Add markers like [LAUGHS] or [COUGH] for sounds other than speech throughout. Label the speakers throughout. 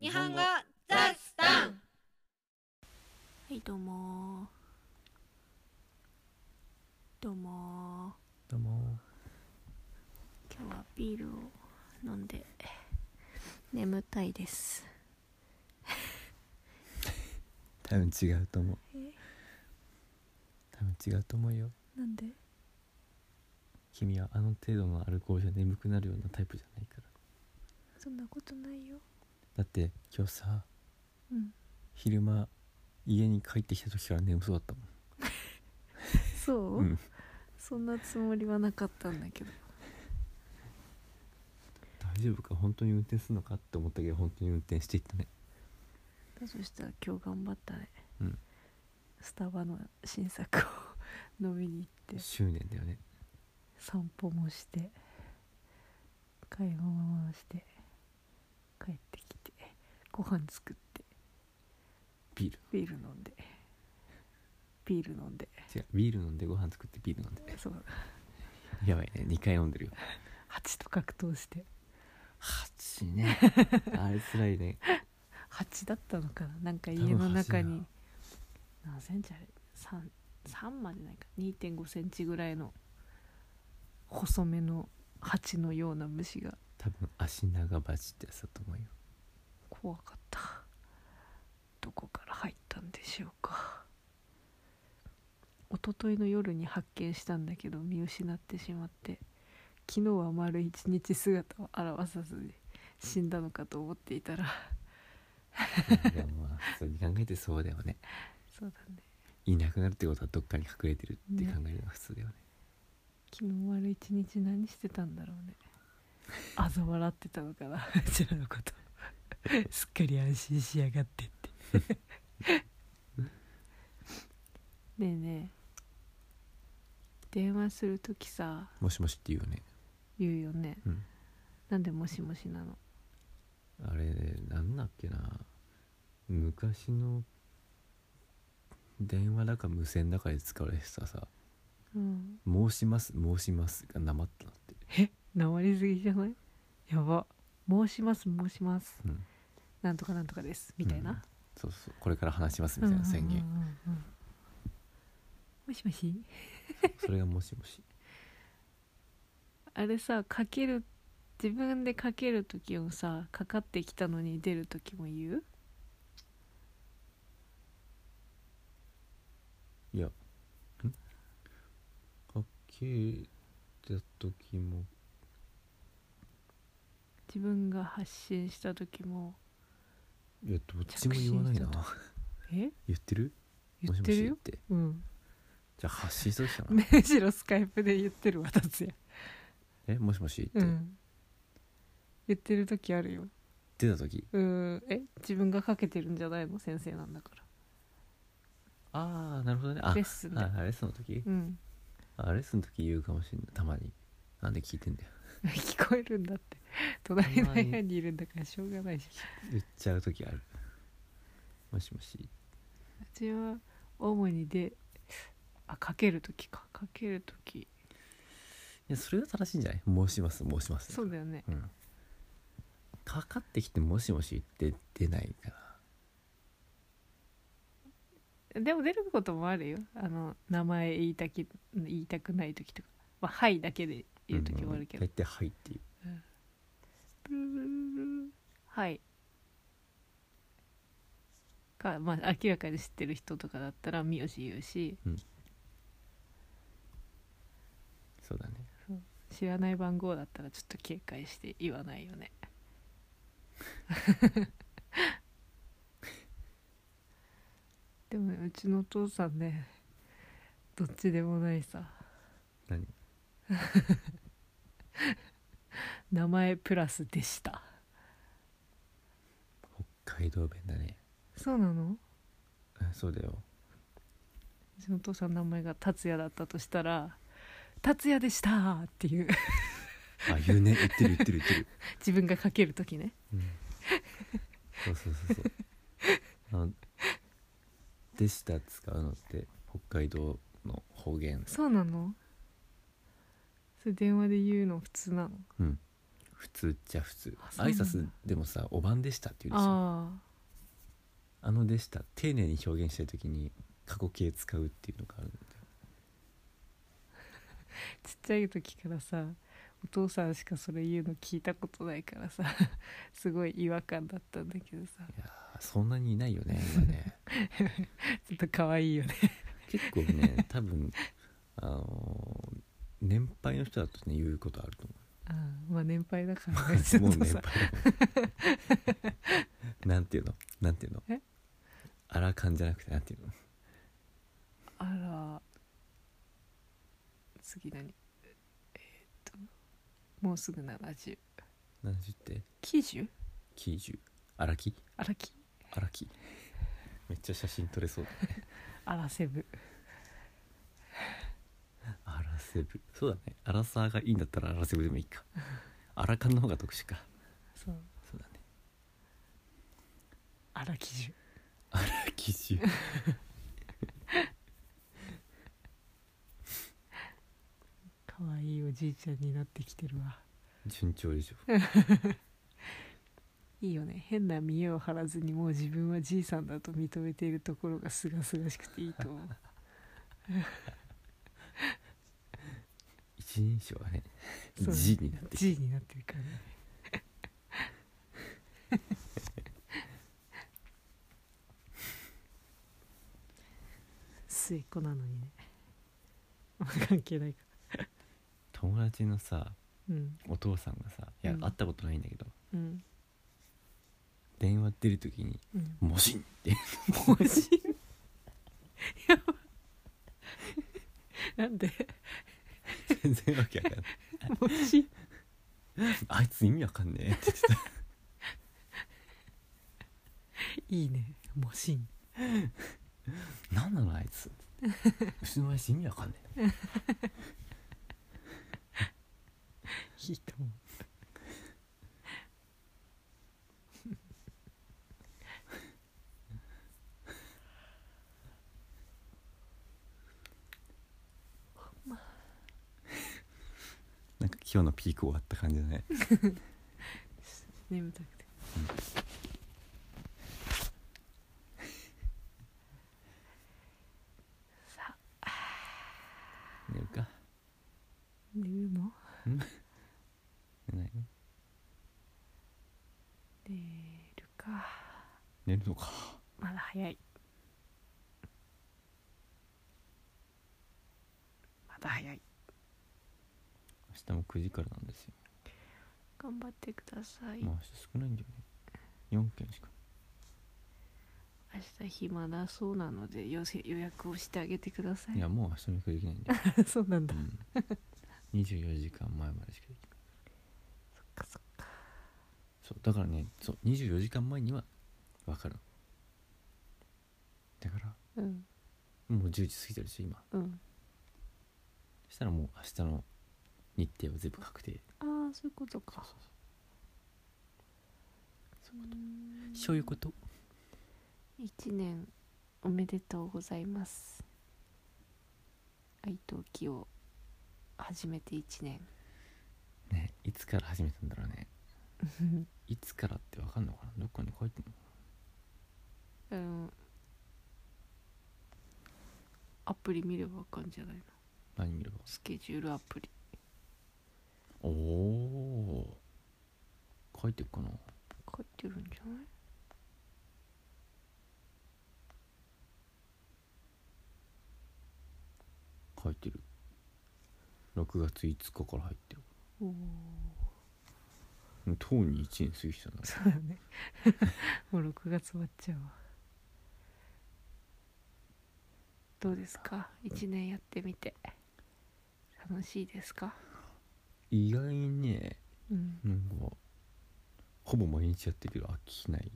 Speaker 1: 日本語ザスタン
Speaker 2: はいどうもーどうも
Speaker 3: どうも
Speaker 2: ー今日はビールを飲んで眠たいです
Speaker 3: 多分違うと思う
Speaker 2: え
Speaker 3: 多分違うと思うよ
Speaker 2: なんで
Speaker 3: 君はあの程度のアルコールじゃ眠くなるようなタイプじゃないから
Speaker 2: そんなことないよ
Speaker 3: だって今日さ
Speaker 2: うん
Speaker 3: 昼間家に帰ってきた時から眠そうだったもん
Speaker 2: そう、
Speaker 3: うん
Speaker 2: そんなつもりはなかったんだけど
Speaker 3: 大丈夫か本当に運転するのかって思ったけど本当に運転していったね
Speaker 2: だとしたら今日頑張ったね、
Speaker 3: うん
Speaker 2: スタバの新作を飲みに行って
Speaker 3: 執念だよね
Speaker 2: 散歩もして買い物もして帰ってきてご飯作って
Speaker 3: ビール
Speaker 2: ビール飲んでビール飲んで
Speaker 3: 違うビール飲んでご飯作ってビール飲んで
Speaker 2: そう
Speaker 3: [LAUGHS] やばいね2回飲んでるよ
Speaker 2: 蜂と格闘して
Speaker 3: 8ねあれつらいね
Speaker 2: 蜂だったのかななんか
Speaker 3: 多分
Speaker 2: 家の中
Speaker 3: 蜂だ
Speaker 2: に何センチあれ 3, 3までないか2 5センチぐらいの細めの蜂のような虫が
Speaker 3: 多分足長鉢ってやつだと思う [LAUGHS] よ
Speaker 2: 怖かったどこから入ったんでしょうか一昨日の夜に発見したんだけど見失ってしまって昨日は丸一日姿を現さずに死んだのかと思っていたら
Speaker 3: いやまあ普通に考えてそうだよね
Speaker 2: そうだね
Speaker 3: いなくなるってことはどっかに隠れてるって考えるのが普通だよね
Speaker 2: 昨日丸一日何してたんだろうねあざ笑ってたのかなうちらのことすっかり安心しやがってってねえねえ電話する時さ
Speaker 3: もしもしって言うよね
Speaker 2: 言うよね
Speaker 3: うん
Speaker 2: なんでもしもしなの
Speaker 3: あれなんだっけな昔の電話だか無線だかで使われてたさ
Speaker 2: うん
Speaker 3: 「申します申します」がなまったなって
Speaker 2: なまりすぎじゃないやば申します申します
Speaker 3: うん
Speaker 2: なんとかなんとかですみたいな、
Speaker 3: うんそうそうこれから話しますみたいな宣言
Speaker 2: うんうんうんうんもしもし
Speaker 3: それが「もしもし
Speaker 2: あれさかける自分でかける時をさかかってきたのに出る時も言う」
Speaker 3: いやんかけた時も
Speaker 2: 自分が発信した時も
Speaker 3: いやどっちも言わないな
Speaker 2: 着信え
Speaker 3: 言ってる
Speaker 2: 言っ
Speaker 3: も
Speaker 2: てる
Speaker 3: しも
Speaker 2: よ
Speaker 3: しって
Speaker 2: うん
Speaker 3: じゃあ発信するしかない
Speaker 2: むしろスカイプで言ってるわ達也
Speaker 3: えもしもしって、
Speaker 2: うん言ってる時あるよ
Speaker 3: 出た時
Speaker 2: うんえ自分がかけてるんじゃないの先生なんだか
Speaker 3: ああなるほどね
Speaker 2: ら
Speaker 3: あ
Speaker 2: レッスンで
Speaker 3: ああレッスンの時
Speaker 2: うん
Speaker 3: あレッスンの時言うかもしれないたまになんで聞いてんだよ
Speaker 2: 聞こえるんだって [LAUGHS] 隣の部屋にいるんだからしょうがないし
Speaker 3: 言っちゃう時あるもしもし
Speaker 2: うちは主にであかける時かかける時
Speaker 3: いやそれが正しいんじゃない申します申します
Speaker 2: そうだよね
Speaker 3: うんかかってきてもしもしって出ないから
Speaker 2: でも出ることもあるよあの名前言いたき言いたくない時とか「まあ、はい」だけで言う時もあるけど
Speaker 3: 大体「はい」っていう
Speaker 2: 「ブルルルルルはい」かまあ明らかに知ってる人とかだったら名字言うし
Speaker 3: そうだね
Speaker 2: 知らない番号だったらちょっと警戒して言わないよ [LAUGHS] ねでもねうちのお父さんねどっちでもないさ
Speaker 3: 何
Speaker 2: 名前プラスでした
Speaker 3: 北海道弁だね
Speaker 2: そうなの
Speaker 3: うんそうだよ
Speaker 2: うちのお父さんの名前が達也だったとしたら「達也でした!」っていう [LAUGHS]
Speaker 3: あ言うね言ってる言ってる言ってる、
Speaker 2: 自分が書ける時ね
Speaker 3: うん、そうそうそうそうあの「でした」使うのって北海道の方言
Speaker 2: そうなのそれ電話で言うの普通なの
Speaker 3: うん普通っちゃ普通
Speaker 2: あそう
Speaker 3: 挨
Speaker 2: なんだ
Speaker 3: 拶でもさ「おばんでした」って言うでしょ
Speaker 2: ああ
Speaker 3: あの「でした」丁寧に表現したい時に過去形使うっていうのがあるんだよ
Speaker 2: ちっちゃい時からさお父さんしかそれ言うの聞いたことないからさ [LAUGHS] すごい違和感だったんだけどさ
Speaker 3: いやーそんなにいないよね今 [LAUGHS] ね
Speaker 2: ちょっと可愛いよね
Speaker 3: 結構ね多分あのー年配の人だとね言うことあると思う
Speaker 2: ああまあ年配だ [LAUGHS] からねち
Speaker 3: [LAUGHS]
Speaker 2: ょ
Speaker 3: もう
Speaker 2: っと
Speaker 3: 年
Speaker 2: さ
Speaker 3: 配 [LAUGHS] なんていうのなんていうの
Speaker 2: え
Speaker 3: あらかんじゃなくてなんていうの
Speaker 2: あら次何えーっともうすぐ70
Speaker 3: 何て言って
Speaker 2: 九十
Speaker 3: 喜寿荒木
Speaker 2: 荒木
Speaker 3: 荒木めっちゃ写真撮れそうだね
Speaker 2: 荒セブ
Speaker 3: アラセブそうだねアラサーがいいんだったらアラセブでもいいかアラカンの方が特殊か
Speaker 2: そう
Speaker 3: そうだね
Speaker 2: 荒木十
Speaker 3: 荒木寿
Speaker 2: 可愛いおじいちゃんになってきてるわ
Speaker 3: 順調でしょ
Speaker 2: いいよね変な見栄を張らずにもう自分はじいさんだと認めているところがすがすがしくていいと思う
Speaker 3: 一人称はね
Speaker 2: そう
Speaker 3: G になってる
Speaker 2: [LAUGHS] じいになってるからね [LAUGHS] 末っ子なのにねあんま関係ないか
Speaker 3: 友達のさ
Speaker 2: らうん
Speaker 3: お父さんがさいや、
Speaker 2: うん
Speaker 3: 会ったことないんだけど
Speaker 2: うん
Speaker 3: 電話出る時に
Speaker 2: うん
Speaker 3: 「もしん!」って
Speaker 2: もし [LAUGHS] やば [LAUGHS] なんで [LAUGHS]
Speaker 3: 全然わけわかんない
Speaker 2: もし
Speaker 3: あいつ意味わかんねえって言ってた
Speaker 2: いいねもしん
Speaker 3: 「何なのあいつ」うちの親父意味わかんねえ
Speaker 2: いいと思う
Speaker 3: なんか今日のピーク終わった感じだね
Speaker 2: 眠たくて
Speaker 3: 寝るか
Speaker 2: 寝るの
Speaker 3: 寝ないの
Speaker 2: 寝るか
Speaker 3: 寝るのか
Speaker 2: まだ早いまだ早い
Speaker 3: 明日も9時からなんですよ
Speaker 2: 頑張ってください
Speaker 3: まあ明日少ないんだよね4件しか
Speaker 2: 明日暇だそうなのでよせ予約をしてあげてください
Speaker 3: いやもう明日の予約できないんだよ、
Speaker 2: [LAUGHS] そうなんだ
Speaker 3: うん、24時間前までしかできない
Speaker 2: そっかそっか
Speaker 3: そうだからねそう24時間前には分かるのだから
Speaker 2: うん
Speaker 3: もう10時過ぎてるでしょ今
Speaker 2: うん
Speaker 3: そしたらもう明日の日程は全部確定
Speaker 2: ああそういうことかう
Speaker 3: そういうこと
Speaker 2: ーん一年おめでとうございます愛と気を始めて一年
Speaker 3: ねいつから始めたんだろう
Speaker 2: [LAUGHS]
Speaker 3: ねいつからって分かんのかなどっかに書いてんの
Speaker 2: うんアプリ見ればわかんじゃないの
Speaker 3: 何見れば
Speaker 2: スケジュールアプリ
Speaker 3: おお書いてるかな
Speaker 2: 書いてるんじゃない
Speaker 3: 書いてる6月5日から入ってる
Speaker 2: おお
Speaker 3: とうに1年過ぎてたんだね
Speaker 2: そうだね [LAUGHS] もう6月終わっちゃうわどうですか1年やってみて楽しいですか
Speaker 3: 意外にね
Speaker 2: うん
Speaker 3: なんかほぼ毎日やってるけど飽きない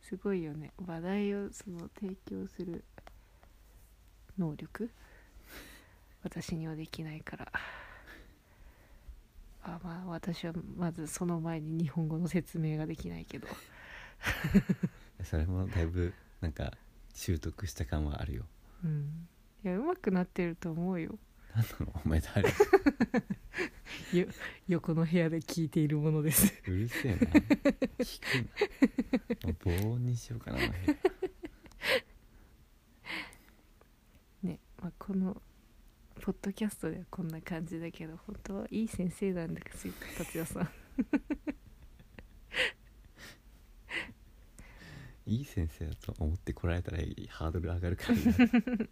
Speaker 2: すごいよね話題をその提供する能力私にはできないからあまあ私はまずその前に日本語の説明ができないけど
Speaker 3: それもだいぶなんか習得した感はあるよ [LAUGHS]
Speaker 2: うんいやうまくなってると思うよ
Speaker 3: 何なのお前誰
Speaker 2: よ横の部屋で聞いているものです
Speaker 3: うるせえな聞くなもう防音にしようかなあの部屋
Speaker 2: ね、 [LAUGHS] まあ、このポッドキャストではこんな感じだけど本当はいい先生なんですよ達也さん
Speaker 3: いい先生だと思ってこられたらハードル上がるからな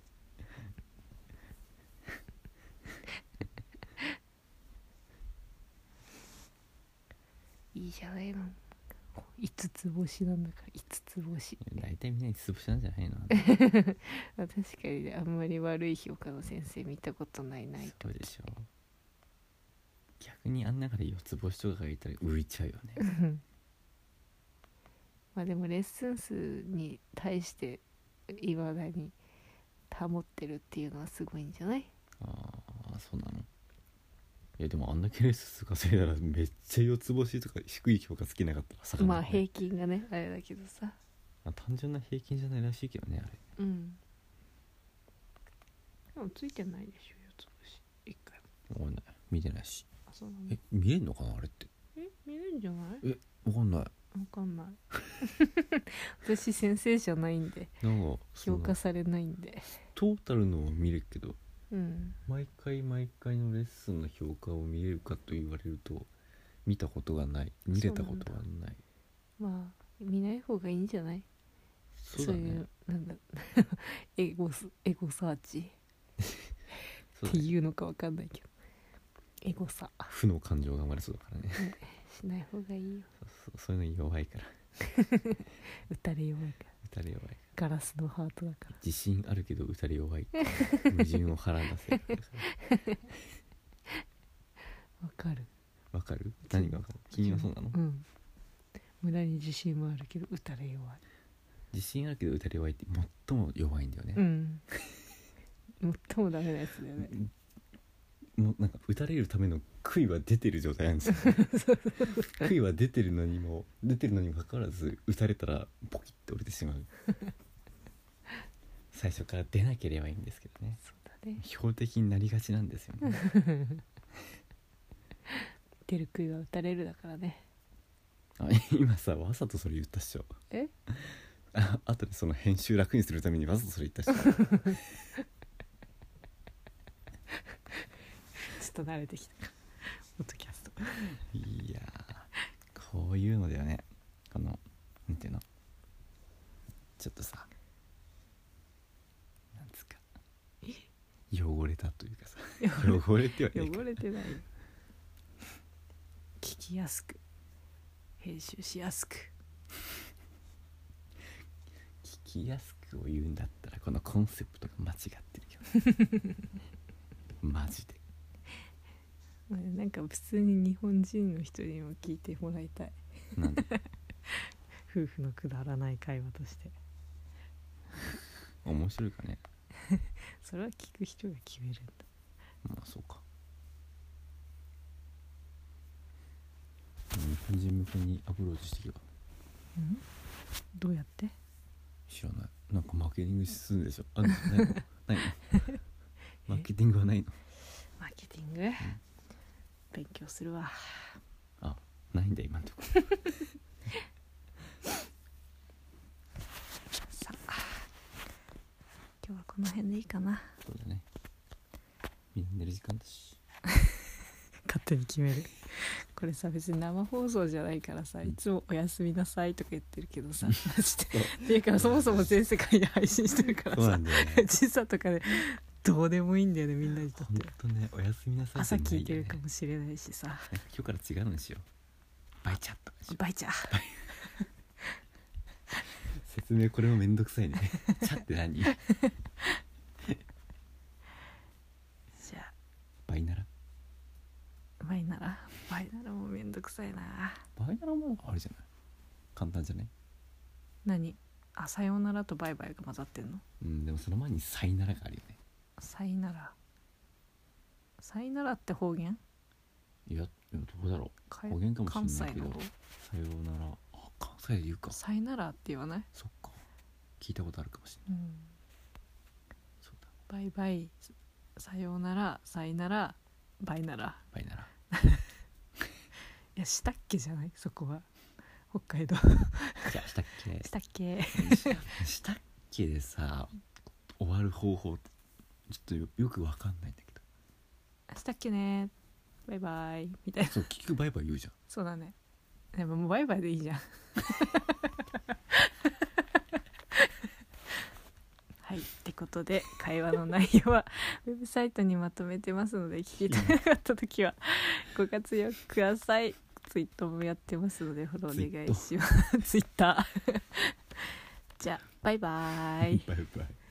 Speaker 2: いいじゃないの五つ星なんだから五つ星
Speaker 3: 大体みんなにつぶしなんじゃないの
Speaker 2: あ確かにねあんまり悪い評価の先生見たことないない
Speaker 3: そうでしょ逆にあん中で四つ星とかがいたら浮いちゃうよね
Speaker 2: まあでもレッスン数に対していまだに保ってるっていうのはすごいんじゃない
Speaker 3: ああそうなのいやでもあんだけレッスン稼いだらめっちゃ四つ星とか低い評価つけなかったら下がる
Speaker 2: まあ平均がねあれだけどさ
Speaker 3: まあ単純な平均じゃないらしいけどねあれ
Speaker 2: うんでもついてないでしょ四つ星一回も
Speaker 3: 俺ね見てないし
Speaker 2: あそうなんだ
Speaker 3: え見れんのかなあれって
Speaker 2: え見るんじゃない
Speaker 3: わかんない
Speaker 2: わか
Speaker 3: [LAUGHS]
Speaker 2: んない私先生じゃないんで
Speaker 3: なんかそ
Speaker 2: 評
Speaker 3: の
Speaker 2: 価されないんで
Speaker 3: トータルのを見るけど
Speaker 2: うん
Speaker 3: 毎回毎回のレッスンの評価を見れるかと言われると見たことがない見れたことがない
Speaker 2: まあ見ない方がいいんじゃない
Speaker 3: そ
Speaker 2: そうう,、
Speaker 3: だ
Speaker 2: い
Speaker 3: ね
Speaker 2: うなんだエゴスエゴサーチ
Speaker 3: そうだ
Speaker 2: って
Speaker 3: ね
Speaker 2: いうのかわかんないけどエゴサ
Speaker 3: 負の感情が生まれそうだからね
Speaker 2: [LAUGHS] しない方がいいよ
Speaker 3: そうそうそういうの弱いから
Speaker 2: 打たれ弱いから
Speaker 3: 打たれ弱い
Speaker 2: ガラスのハートだから
Speaker 3: 自信あるけど打たれ弱いっていう矛盾を腹出
Speaker 2: [LAUGHS]
Speaker 3: せる
Speaker 2: わかる
Speaker 3: わかる何がわかる君はそうなの
Speaker 2: うん村に自信もあるけど打たれ弱い
Speaker 3: 自信あるけど打たれ弱いって最も弱いんだよね
Speaker 2: う、ん最もダメなやつだよね
Speaker 3: もうなんか打たれるための悔いは出てる状態なん
Speaker 2: [LAUGHS]
Speaker 3: ですよ悔いは出てるのにも出てるのにもかかわらず打たれたらポキッと折れてしまう
Speaker 2: [LAUGHS]
Speaker 3: 最初から出なければいいんですけどね
Speaker 2: そうだね
Speaker 3: 標的になりがちなんですよね
Speaker 2: 出る杭は打たれるだからね
Speaker 3: あ今さわざとそれ言ったっしょ
Speaker 2: え
Speaker 3: あ後でその編集楽にするためにわざとそれ言ったっしょ
Speaker 2: ちょっと慣れてきたかポッドキャスト
Speaker 3: いやーこういうのだよねこのなんていうのちょっとさなんつうか汚れたというかさ汚れてはいないか
Speaker 2: 汚れてないよ聞きやすく編集しやすく
Speaker 3: 聞きやすくを言うんだったらこのコンセプトが間違ってる
Speaker 2: [LAUGHS]
Speaker 3: けどマジで
Speaker 2: まあなんか普通に日本人の人にも聞いてもらいたい
Speaker 3: なんで
Speaker 2: 夫婦のくだらない会話として
Speaker 3: 面白いかね
Speaker 2: それは聞く人が決めるんだ
Speaker 3: まあそうか日本人向けにアプローチしてけば
Speaker 2: どうやって
Speaker 3: 知らないなんかマーケティングするんでしょあるんじゃ [LAUGHS] ないのないのマーケティングはないの
Speaker 2: マーケティング勉強するわ
Speaker 3: あないんだ今んとこ
Speaker 2: さあ今日はこの辺でいいかな
Speaker 3: そうだねみんな寝る時間だし
Speaker 2: 勝手に決める [LAUGHS] これさ別に生放送じゃないからさいつも「おやすみなさい」とか言ってるけどさマジでっていうかそもそも全世界で配信してるから
Speaker 3: そうな
Speaker 2: さ
Speaker 3: んだよね
Speaker 2: 時差とかでどうでもいいんだよねみんなにとっ
Speaker 3: ほん
Speaker 2: ては
Speaker 3: とねおやすみなさい
Speaker 2: 朝
Speaker 3: じゃな
Speaker 2: 聞い
Speaker 3: よ
Speaker 2: て
Speaker 3: ね
Speaker 2: るかもしれないしさ
Speaker 3: なんか今日から違うのにしようバイチャットにしよう
Speaker 2: バイちゃん
Speaker 3: 説明これもめんどくさいね [LAUGHS] チャって何
Speaker 2: じゃ
Speaker 3: バイナラ
Speaker 2: あバイならバイならもうめんどくさいな
Speaker 3: バイナラもあれじゃない簡単じゃない
Speaker 2: 何あさようならとバイバイが混ざってんの
Speaker 3: うんでもその前にサイナラがあるよね
Speaker 2: さいならさいならって方言
Speaker 3: いやいやどうだろ
Speaker 2: か
Speaker 3: 方言かもしれな
Speaker 2: 関西
Speaker 3: いけど
Speaker 2: の方
Speaker 3: うさようならあ関西で言うか
Speaker 2: さいならって言わない、
Speaker 3: そっか聞いたことあるかもしれない
Speaker 2: うん、
Speaker 3: そうだ
Speaker 2: バイバイさようならさいならバイなら
Speaker 3: バイなら
Speaker 2: いやしたっけじゃないそこは北海道
Speaker 3: いやしたっけ
Speaker 2: したっけ
Speaker 3: したっけでさ終わる方法ってちょっとよよくわかんないんだけど
Speaker 2: したっけねバイバイみたいな
Speaker 3: そう聞くバイバイ言うじゃん
Speaker 2: そうだねでももうバイバイでいいじゃんはいってことで会話の内容は [LAUGHS] ウェブサイトにまとめてますので聞きたなかった時は [LAUGHS] ご活用くださいツイートもやってますのでフォロ [LAUGHS] ーお願いしますツイッターじゃあバイバイ
Speaker 3: [LAUGHS] バイバイ